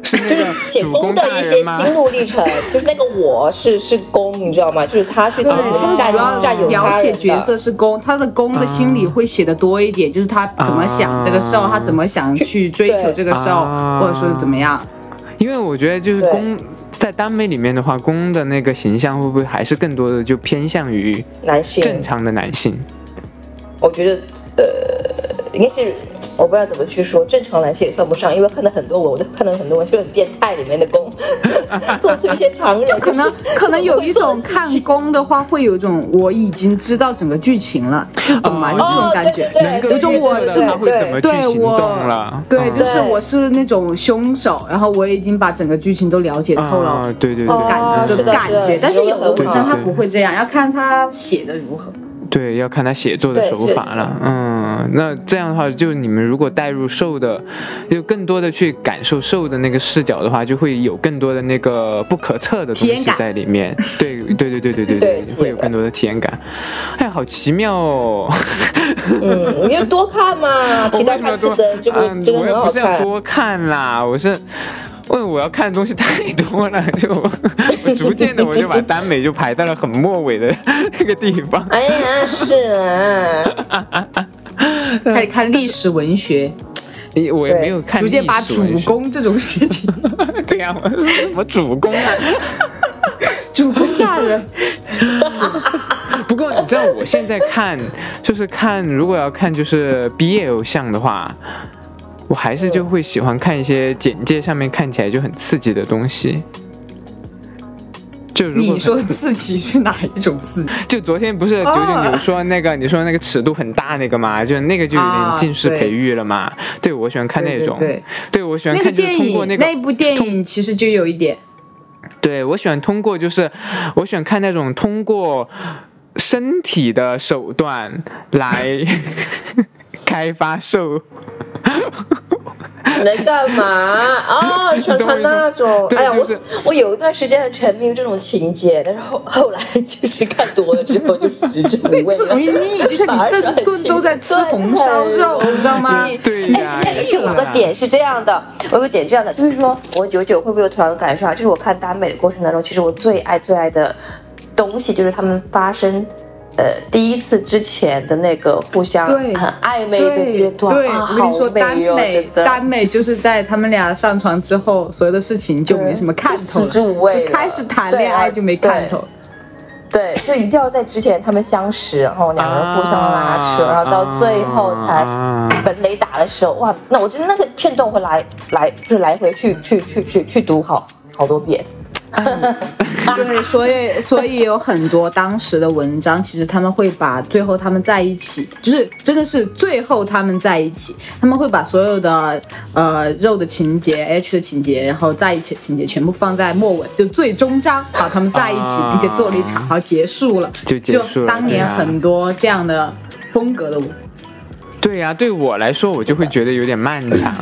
是那就是个写主公攻的大一些人吗？心路历程， (laughs) 就是那个我是是公，你知道吗？就是他去对，他占主占要有描他写人角的。色是攻，他的攻的心理会写的多嗯一点，就是他怎么想这个事儿，啊他怎么想去追求这个事啊儿，或者说是怎么样。因为我觉得就是对公在耽美里面的话，公的那个形象会不会还是更多的就偏向于男性，正常的男性？我觉得呃，应该是我不知道怎么去说，正常男性也算不上，因为看到很多文，我都看到很多文就很变态里面的 (laughs) 攻，做出一些常人就可能是可能有一种不会做的事看情攻的话，会有一种我已经知道整个剧情了，就懂吗？就这种感觉。对能够有种预测我到是他会怎么去对行我动了？对，嗯就是对我是那种凶手，然后我已经把整个剧情都了解透了。啊，对对对，哦嗯感是的的感是觉的，但是有的文章对他对不会这样，要看他写的如何。对，要看他写作的对手是法了。嗯，那这样的话，就你们如果带入受的，就更多的去感受受的那个视角的话，就会有更多的那个不可测的体东验西感在里面。对对对对对对对对体，验会有感更多的体验感。哎呀，好奇妙哦！嗯，你就多看嘛， (laughs) 我提到为什么要看多次的这部嗯真的我也很不好是要看。多看啦，我是。问我要看的东西太多了，就我逐渐的我就把耽美就排到了很末尾的那个地方。哎呀，是啊，开始看历史文学，你我也没有看逐历史渐文把学，主攻这种事情， (laughs) 对呀、我说什么主攻啊？主攻大人，不过你知道我现在看，就是看如果要看就是 BL 向的话，我还是就会喜欢看一些简介上面看起来就很刺激的东西。就如果你说自己是哪一种 (laughs) 自己？就昨天不是九九啊你说那个你说那个尺度很大那个嘛，就那个就有点啊近视对培育了嘛。对我喜欢看那种，对对对我喜欢那个看就是电通过影，那个部电影其实就有一点，对我喜欢通过就是，我喜欢看那种通过身体的手 (laughs) 段来开发受能干嘛？ (laughs) 哦，你喜欢穿那种，对哎呀，就是我我有一段时间很沉迷于这种情节，但是后后来 (laughs) 就是看多了之后就食之无味这个了容。易腻，就像你顿顿都在吃红烧肉，你知道吗？对呀，啊但是哎有个点是这样的，我有个点这样的，就是说我久久会不会有同样的感受啊？就是我看耽美的过程当中，其实我最爱最爱的东西就是他们发生。呃，第一次之前的那个互相对很暧昧的对阶段，对，啊、我跟你说，好美耽哦美真的耽美就是在他们俩上床之后，所有的事情就没什么看头就食之无味了就开始谈恋爱就没看头。对，就一定要在之前他们相识，然后两个人互相拉扯，啊然后到最后才啊本垒打的时候，哇，那我真的那个片段会来来就是来回去去去去去读好好多遍。对，所以所以有很多当时的文章，其实他们会把最后他们在一起，就是真的是最后他们在一起，他们会把所有的呃肉的情节、H 的情节，然后在一起的情节全部放在末尾，就最终章把他们在一起，啊并且做了一场，然后结束了，就结束了啊当年很多这样的风格的文，对呀、对我来说，我就会觉得有点漫 (laughs) 长。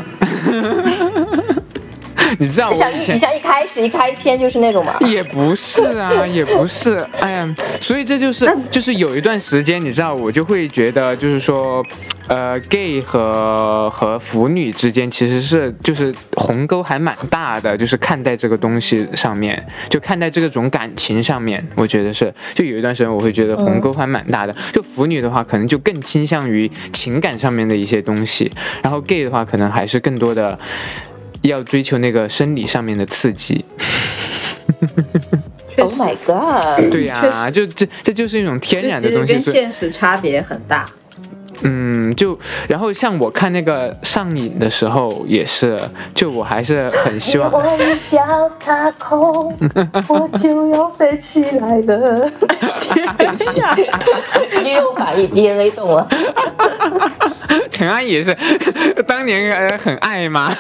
你知道你我想一以你前想一开始一开篇就是那种 (laughs) 嘛，也不是啊，也不是，哎呀，所以这就是就是有一段时间，你知道，我就会觉得就是说，呃，gay 和和腐女之间其实是就是鸿沟还蛮大的，就是看待这个东西上面，就看待这个种感情上面，我觉得是，就有一段时间我会觉得鸿沟还蛮大的。就腐女的话，可能就更倾向于情感上面的一些东西，然后 gay 的话，可能还是更多的。要追求那个生理上面的刺激，确 Oh 实 my god！对呀、就这这就是一种天就然其的实东西跟，所以现实差别很大。嗯，就然后像我看那个上瘾的时候也是，就我还是很希 (laughs) 望，我一脚踏 (laughs) 空，我就要飞起来了。等一 (laughs) 下，肌肉反应 DNA 动了。陈安也是当年呃很爱嘛，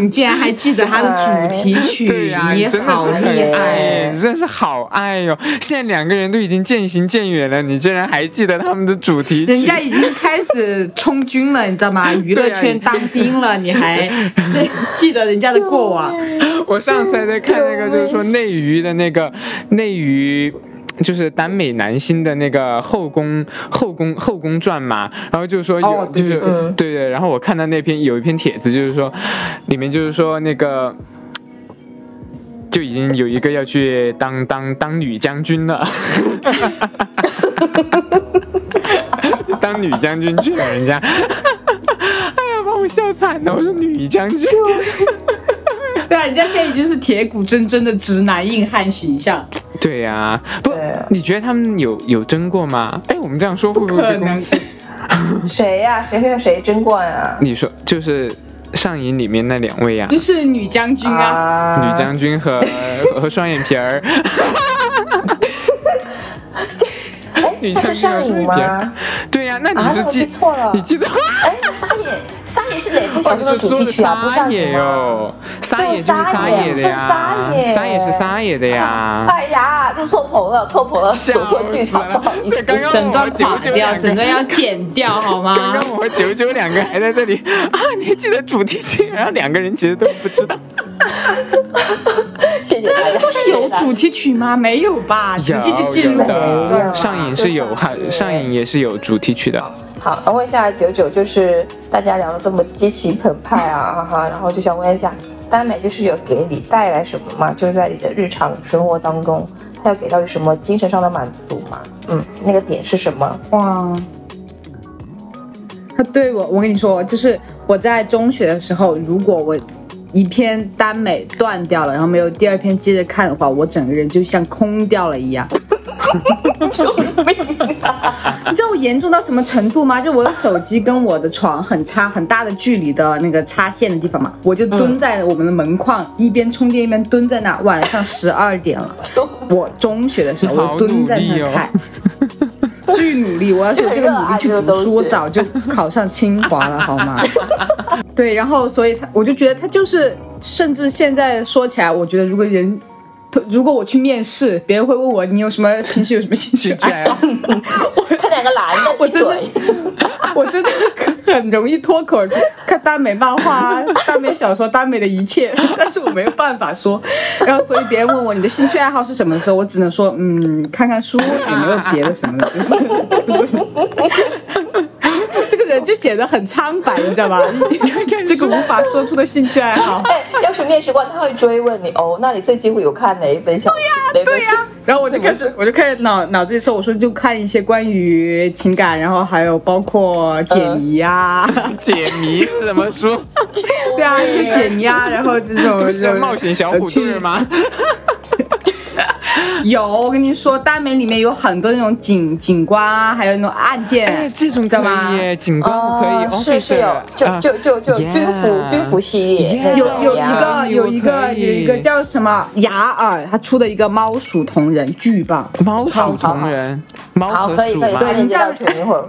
你竟然还记得它的主题 (laughs) 曲，对呀、你也真的好是厉很害。爱，你真的是好爱哟、现在两个人都已经渐行渐远了，你竟然还记得他们的主题曲？人家已经开始充军了，你知道 (laughs) 吗？娱乐圈当兵 (laughs) 了，你还这记得人家的过往？我上次还在看那个，就是说内娱的那个内娱。就是耽美男星的那个后宫后宫后宫传嘛，然后就是说有、哦对就是对对对对，然后我看到那篇有一篇帖子，就是说里面就是说那个就已经有一个要去当当当女将军了， (laughs) 当女将军去了人家， (laughs) 哎呀把我笑惨了，我说女将军。对啊，人家现在已经是铁骨铮铮的直男硬汉形象，对呀、不对啊，你觉得他们有有争过吗？哎，我们这样说会不会被公司？谁呀、谁和谁争冠啊？你说就是上瘾里面那两位呀、就是女将军啊，啊女将军 (laughs) 和和和双眼皮儿。女他将哎是军和双上瘾眼皮儿吗？。对呀、那啊，你那是我记记错了你。记错了，哎，那撒野，撒野是哪部小你说的是主说题的曲啊？不是撒上野瘾吗？哦，撒野就是撒撒野野的是呀撒，野撒野是撒野的呀。哎呀，入错棚了，错棚了，吓走错剧场我，了不好意思。对刚刚整段九垮九掉，两整个段要剪掉好啊刚吗？刚我和九九两个还在 (laughs) 这里啊，你还记得主题曲？然后两个人其实都不知 (laughs) 道。谢谢 (laughs) 大家。不是有主题曲吗？没有吧，直接就进入有了。对啊的，上瘾是有哈对，啊上瘾也是有主题曲的。好，那问一下九九，就是大家聊得这么激情澎湃啊，哈哈，然后就想问一下，耽美就是有给你带来什么吗？就是在你的日常生活当中，它有给到你什么精神上的满足吗？嗯，那个点是什么？哇，他对我，我跟你说，就是我在中学的时候，如果我一篇耽美断掉了，然后没有第二篇接着看的话，我整个人就像空掉了一样。 (laughs) 你知道我严重到什么程度吗？就我的手机跟我的床很差很大的距离的那个插线的地方嘛，我就蹲在我们的门框，一边充电一边蹲在那，晚上十二点了。我中学的时候，你好我蹲在努力那哦看，巨努力。我要 (laughs) 啊是有这个努力去读书，我早就考上清华了，好 (laughs) 吗？对，然后所以他，我就觉得他就是，甚至现在说起来，我觉得如果人。如果我去面试，别人会问我你有什么平时有什么兴趣兴趣 (laughs) 爱好爱好，看两个男的 (laughs) 我亲真的嘴，我真的可很容易脱口而出看耽美漫画、啊耽美小说、耽美的一切，但是我没有办法说。然后所以别人问我你的兴趣爱好是什么的时候，我只能说嗯，看看书，也没有别的什么的，就是就是这个人就显得很苍白，你知道吧？这个无法说出的兴趣爱好。哎，要是面试官他会追问你哦，那你最近会有看哪一本小说？对呀、对呀、 (laughs) 然后我就开始，我就开始脑脑子里说，我说就看一些关于情感，然后还有包括解谜啊，解谜怎么说？对啊，就解谜啊，然后这种 (laughs) 不这哦是种冒险小虎队吗？有，我跟你说，耽美里面有很多那种警警官啊，还有那种案件， (laughs) 哎，这种知可道吗？以耶，警官我可以哦啊，是是有 officer，，就啊就就就，yeah 军服军服系列 Yeah 那有种有一呀个可以有一我可个以有一个叫什么雅尔，他出的一个猫鼠同人，巨棒。猫鼠同人，猫好，和可以鼠可以，嘛，对，你这这样样一会儿。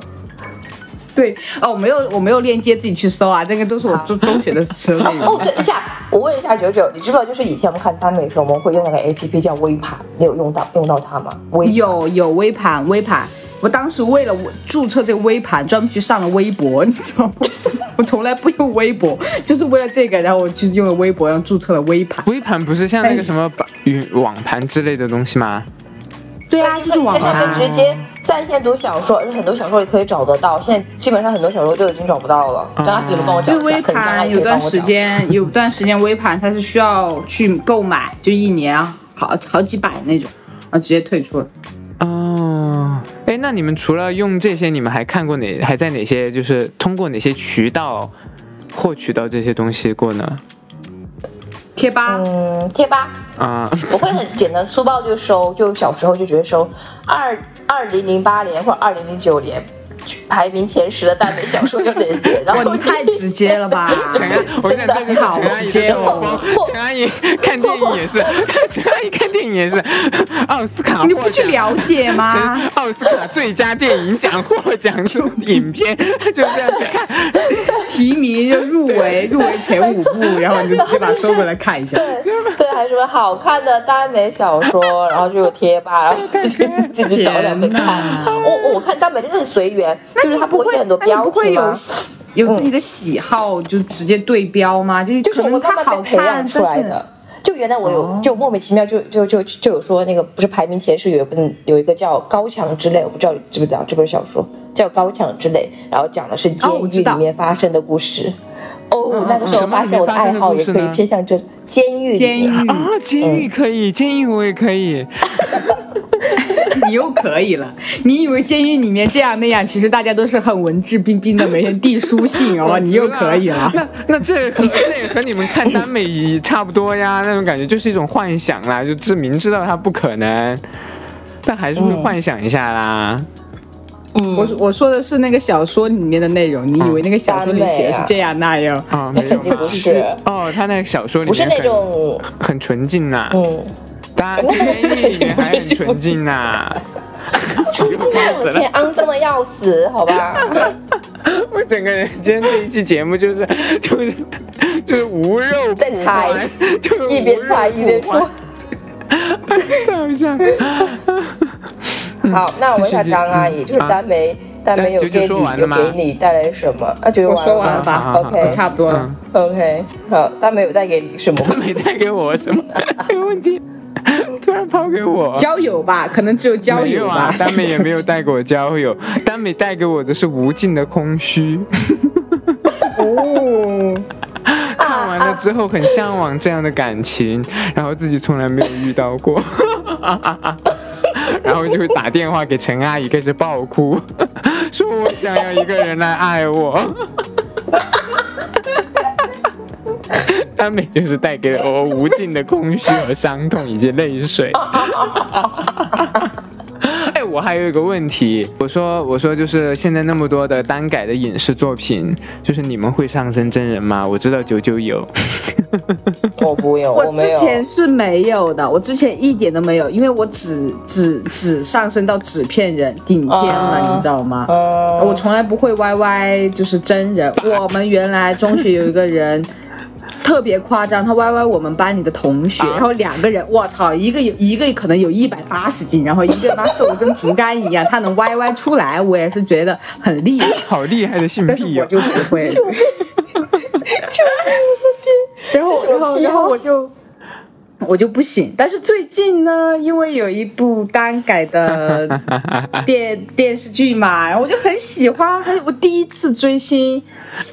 对，哦，我没有我没有链接自己去搜啊，那个都是我中中学的时候内容哦，。对，一下，我问一下九九，你知不知道就是以前我们看耽美的时候，我们会用那个 A P P 叫微盘，你有用到用到它吗？微有有微盘微盘，我当时为了我注册这个微盘，专门去上了微博，你 (laughs) 知道吗？我从来不用微博， (laughs) 就是为了这个，然后我去用了微博，然后注册了微盘。微盘不是像那个什么把云网盘之类的东西吗？对啊，对就是网在上盘面。直接在线读小说，而且很多小说也可以找得到。现在基本上很多小说都已经找不到了。张阿姨，你帮我找就一嗯微下，可能张阿盘姨有可以帮段我时找。间，有段时间微盘它是需要去购买，就一年啊好好几百那种，然后直接退出了。哦，哎，那你们除了用这些，你们还看过哪？还在哪些？就是通过哪些渠道获取到这些东西过呢？贴吧，嗯，贴吧，啊、我会很简单粗暴就搜，就小时候就觉得搜二二零零八年或者二零零九年排名前十的耽美小说有哪些， (laughs) 然哇，后你太直接了 (laughs) 吧！陈安，我想这就是陈安姨的眼哦光。陈安姨看电影也是， (laughs) 陈安姨看电影也是，奥斯卡获奖你不去啊了解吗？陈奥斯卡最佳电影奖获奖影片， (laughs) 就这样去看。提名就入围，入围前五部，然后你就直接把它收回来看一下。 (laughs) 对对，还有什么好看的耽美小说，然后就有贴 (laughs) 吧，然后自己自己找两本看。我我看耽美真的很随缘，就是它不会写很多那你标不题会有吗？有自己的喜好，就直接对标吗？就是就是可我能们慢它慢好被培看，养出来但是哦的。就原来我有，就莫名其妙就就就就有说那个不是排名前十有一本有一个叫《高墙之泪》，我不知道你知不知道这本小说叫《高墙之泪》，然后讲的是监哦我狱知道嗯里面发生的故事。哦，那个时什候么发现我的里面发爱生的好故也事可以呢偏向这监狱里监狱面。啊、监狱可以，监狱我也可以。 (laughs) 你又可以了。 (laughs) 你以为监狱里面这样那样，其实大家都是很文质彬彬的，每天递书 (laughs) 信哦，你又可以 (laughs) 了。那那这和这也和你们看耽美差不多呀，那种感觉就是一种幻想啦，就知明知道它不可能，但还是会嗯幻想一下啦。我我说的是那个小说里面的内容，你以为那个小说里写的是这样那样？啊、那没哎肯定有不是，哦，他那个小说里面不是那很种很纯净呐、嗯，当然监狱里面还很纯净呐、纯净啊！ (laughs) 我的 (laughs) 天，肮脏的要死，好吧？我整个人今天这一期节目就是就是就是无肉在不猜欢，就是一边猜一 (laughs) 边说。太好笑了。好，那我继问一续下继续张阿姨，就是啊耽美，耽美有九九给说你完了有吗给你带来什么？啊，九九我说完完了了吗好好吧好，OK 差不多了嗯。 ？OK，好，耽美有带给你什么？ (laughs) 他没带给我 (laughs) 什么这个问题，突然抛给我。交友吧，可能只有交没有友吧。啊，耽美也没有带给我交 (laughs) 友，耽美带给我的是无尽的空虚。哦，看完了之后很向往这样的感情，然后自己从来没有遇到 (laughs) 过，然后就会打电话给陈阿姨，开始爆哭，说我想要一个人来爱我。耽美就是带给了 (laughs) 我无尽的空虚和伤痛以及泪水。哎，我还有一个问题，我说我说就是现在那么多的单改的影视作品，就是你们会上升真人吗？我知道九九有， (laughs) 我哦不有，我我之没有。前是没有的，我之前一点都没有，因为我只只只上升到纸片人顶天了，啊你知道吗？嗯，我从来不会 YY 就是真人。我们原来中学有一个人，特别夸张，他歪歪我们班里的同学，然后两个人，我操，一个有一个可能有一百八十斤，然后一个他瘦的跟竹竿一样，他能歪歪出来，我也是觉得很厉害，好厉害的性但是癖我哦！就啊不会。 (laughs) 然后这是我然后癖好然后我就我就不行。但是最近呢，因为有一部耽改 (laughs) 的电电视剧嘛，然后我就很喜欢，很我第一次追星，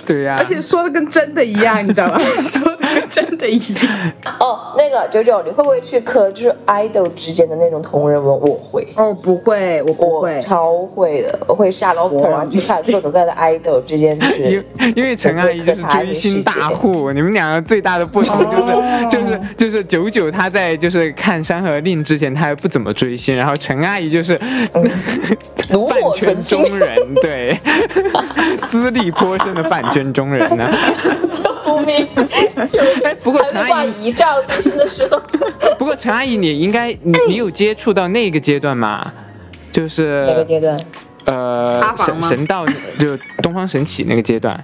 对啊呀、啊而且说的跟真的一样，你知道吧？ (laughs) 说的跟真的一样。哦，那个九九，你会不会去磕就是 idol 之间的那种同人文？我会。哦，不会，我不我会。超会的，我会下 lofter 啊，去看各种各样的 idol 之间 (laughs) 就是因因为陈阿姨就是追星大户，你们两个最大的不同就是、哦就是就是九九她在就是看《山河令》之前，她还不怎么追星，然后陈阿姨就是、嗯 (laughs) 炉饭火纯圈青。中人，对， (laughs) 资历颇深的饭圈中人 (laughs) 呢、救 (laughs) 命！救命！哎，不过 (laughs) 还陈没阿挂姨，遗照最新的时 (laughs) 候，不过陈阿姨，你应该哎你你有接触到那个阶段吗？就哪个是阶段？呃塌，房神吗神道就东方神起那个阶 (laughs) 段，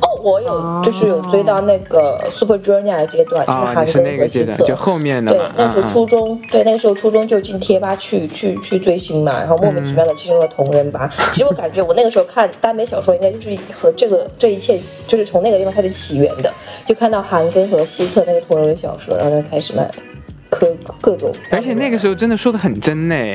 哦，我有就是有追到那个 Super Junior 的阶段，就是哦，韩你是国那个阶段，新就色后面的对嘛，，那时候嗯嗯初中，对，那时候初中就进贴吧去去去追星嘛，然后莫名其妙嗯的进入了同人吧。其实我感觉我那个时候看耽美小说，应该就是和这个这一切就是从那个地方开始起源的，就看到韩庚和西侧那个同人小说，然后就开始慢慢磕各种。而且那个时候真的说的很真呢， (laughs)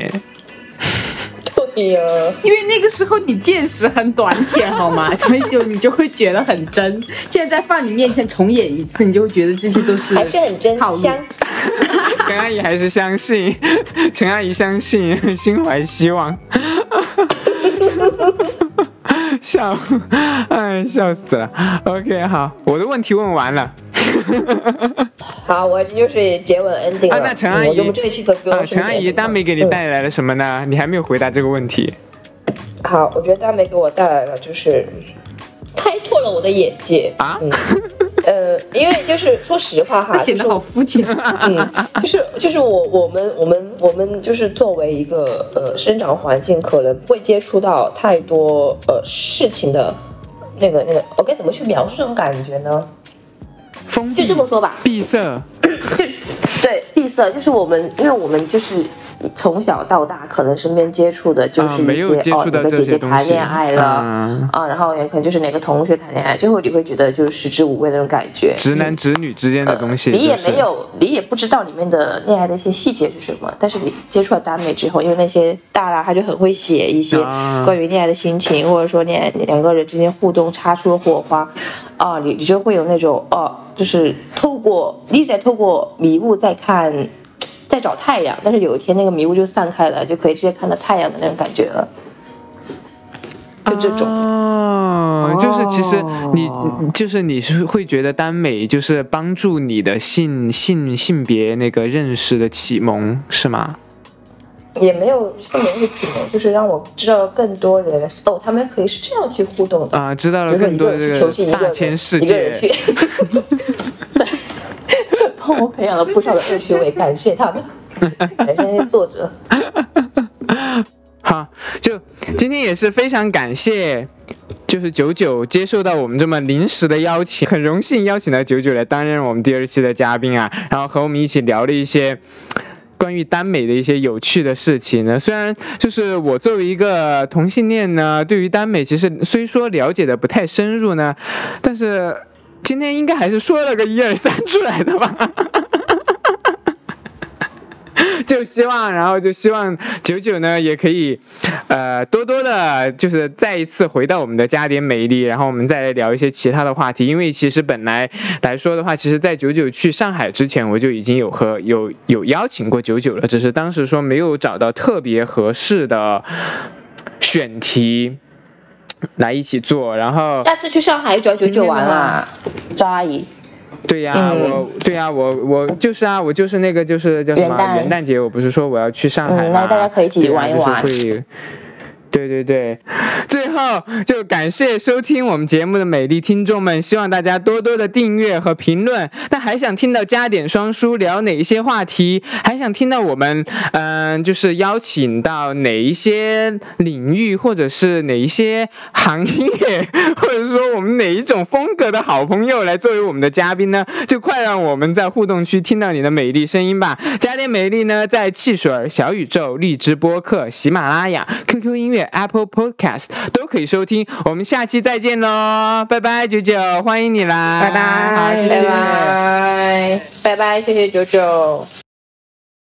候， (laughs) 对呀、因为那个时候你见识很短浅，好吗？ (laughs) 所以就你就会觉得很真。现在在放你面前重演一次，你就会觉得这些都是还是很真套路香。陈阿姨还是相信， (laughs) 陈阿姨相信， (laughs) 心怀希望。 (laughs) 笑，哎，笑死了。OK，好，我的问题问完了。好，我已经就是结尾 ending 了。啊那陈阿姨嗯我觉得我们这一期可不啊，用陈阿姨，耽美嗯给你带来了什么呢？你还没有回答这个问题。好，我觉得耽美给我带来了就是开拓了我的眼界啊嗯，呃，因为就是说实话哈，他显就是得好肤浅。啊嗯，就是就是我我们我们我们就是作为一个呃生长环境，可能会接触到太多呃事情的那个那个，我该怎么去描述这种感觉呢？封嗯就闭这么说吧，闭塞，就对闭塞，就是我们，因为我们就是从小到大，可能身边接触的就啊是一些、没有接触哦，到哪个这姐些姐东谈西恋爱了、嗯啊，然后也可能就是哪个同学谈恋爱，最后你会觉得就是食之无味那种感觉。直男直女之间的东西、嗯呃你也就是没有，你也不知道里面的恋爱的一些细节是什么，但是你接触了耽美之后，因为那些大啦，他就很会写一些啊关于恋爱的心情，或者说恋爱两个人之间互动擦出了火花，啊，你你就会有那种哦、就是透过你一直在透过迷雾在看，在找太阳，但是有一天那个迷雾就散开了，就可以直接看到太阳的那种感觉了，就这啊种。哦哦，就是其实你就是你是会觉得耽美就是帮助你的性性性别那个认识的启蒙是吗？也没有四年是启蒙，就是让我知道更多人哦，他们可以是这样去互动的。啊、知道了比如说更一多个的人去这囚禁个一个大人，千世一个人界去， (laughs) 帮我培养了不少的恶趣味，感谢他们，感谢那些作者。好，就今天也是非常感谢。就是九九接受到我们这么临时的邀请，很荣幸邀请到九九来担任我们第二期的嘉宾啊，然后和我们一起聊了一些关于耽美的一些有趣的事情呢。虽然就是我作为一个同性恋呢，对于耽美其实虽说了解的不太深入呢，但是今天应该还是说了个一二三出来的吧。 (laughs) 就希望，然后就希望九九呢也可以，呃，多多的，就是再一次回到我们的加点美丽，然后我们再聊一些其他的话题。因为其实本来来说的话，其实在九九去上海之前，我就已经有和有有邀请过九九了，只是当时说没有找到特别合适的选题来一起做，然后。 (laughs) 下次去上海找九九玩啦，赵阿姨。对呀、嗯我对呀、我我就是啊，我就是那个就是叫什么元旦元旦节，我不是说我要去上海嗯吗？那大家可以一起对啊玩一玩就是会对对对，最后就感谢收听我们节目的美丽听众们，希望大家多多的订阅和评论。那还想听到加点双书聊哪一些话题？还想听到我们嗯、就是邀请到哪一些领域，或者是哪一些行业， (laughs) 或者说我们哪一种风格的好朋友来作为我们的嘉宾呢？就快让我们在互动区听到你的美丽声音吧！加点美丽呢，在汽水儿、小宇宙、荔枝播客、喜马拉雅、QQ 音乐、Apple Podcast 都可以收听。我们下期再见喽，拜拜，九九，欢迎你来，拜拜好，谢谢。拜拜，拜拜，谢谢九九。